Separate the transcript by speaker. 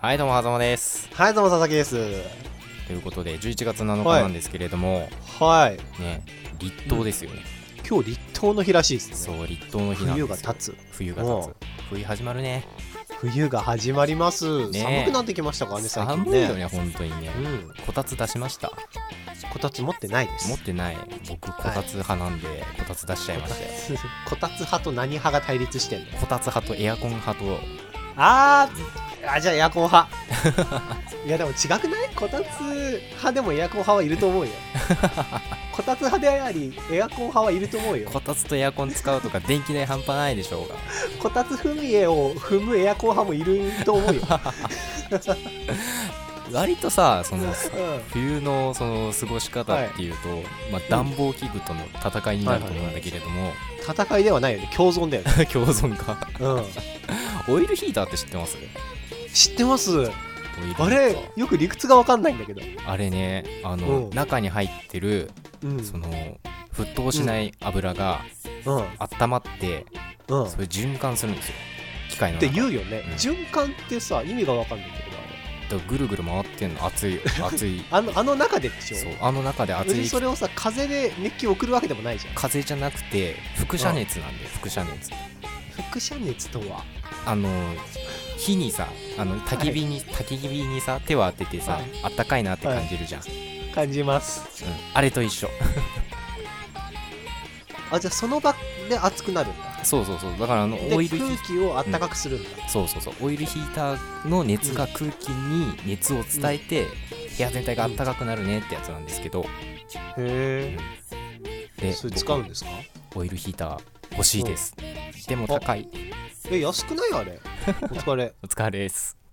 Speaker 1: はいどうも狭間です
Speaker 2: はい、どうも佐々木です。
Speaker 1: ということで11月7日
Speaker 2: はい
Speaker 1: なんですけれども、
Speaker 2: はい。
Speaker 1: ね立冬ですよね、
Speaker 2: 今日立冬の日らしいですね。
Speaker 1: そう立冬の日なんです
Speaker 2: 冬
Speaker 1: よ
Speaker 2: が立つ。
Speaker 1: 冬が立つ冬始まるね
Speaker 2: 冬が始まります。
Speaker 1: ね
Speaker 2: 寒くなってきましたからね、最近
Speaker 1: 寒い
Speaker 2: ね。
Speaker 1: よね本当にね
Speaker 2: うん。
Speaker 1: こたつ出しました
Speaker 2: こたつ持ってないで
Speaker 1: 持っ
Speaker 2: す。
Speaker 1: てない僕こたつ派なんで、こたつ出しちゃいましたよ
Speaker 2: こたつ派と何派が対立してんの
Speaker 1: こたつ派とエアコン派と
Speaker 2: あーあ、じゃあエアコン派。 いや、でも違くないこたつ派でもエアコン派はいると 思うよ。こたつ派であり、エアコン派はいると思うよ。
Speaker 1: こたつとエアコン使うとか電気代半端ないでしょうが
Speaker 2: こたつ踏み絵を踏むエアコン派もいると思う よ。
Speaker 1: 割とさその
Speaker 2: うん。
Speaker 1: 冬のその過ごし方っていうと、まあ、暖房器具との戦いになると思うんだけれども、
Speaker 2: 戦いではないよね。共存だよね。
Speaker 1: 共存か
Speaker 2: うん。
Speaker 1: オイルヒーターって知ってます
Speaker 2: 知ってます
Speaker 1: オイルヒーター
Speaker 2: あれよく理屈が分かんないんだけど、
Speaker 1: あれねあの、
Speaker 2: うん
Speaker 1: 中に入ってる
Speaker 2: うん
Speaker 1: その沸騰しない油が
Speaker 2: うん
Speaker 1: 温まって、
Speaker 2: うん、っ
Speaker 1: それ循環するんですよ機械の中
Speaker 2: て言うよね、
Speaker 1: うん
Speaker 2: 循環ってさ意味が分かんないんだけ
Speaker 1: だ
Speaker 2: ど
Speaker 1: からぐるぐる回ってんの熱 い熱い
Speaker 2: あのあの中ででしょ
Speaker 1: そうあの中で熱
Speaker 2: 別に
Speaker 1: い
Speaker 2: それをさ風で熱気を送るわけでもないじゃん
Speaker 1: 風じゃなくて輻射熱なんで輻射熱
Speaker 2: 輻射熱とは
Speaker 1: あの火にさあの焚き火に、焚き火にさ手を当ててさ、
Speaker 2: はい
Speaker 1: あったかいなって感じるじゃん、うん
Speaker 2: 感じます
Speaker 1: あれと一緒
Speaker 2: あじゃあその場で熱くなるんだ
Speaker 1: そうそうそうだからあの
Speaker 2: で
Speaker 1: オイルヒ
Speaker 2: 空気をあったかくするんだ、
Speaker 1: そうそうそうオイルヒーターの熱が空気に熱を伝えて、部屋全体があったかくなるねってやつなんですけど、
Speaker 2: へ
Speaker 1: で
Speaker 2: えそれ使うんですか
Speaker 1: 僕オイルヒーター欲しいです、でも高い
Speaker 2: え安くないあれお疲れ
Speaker 1: お疲れです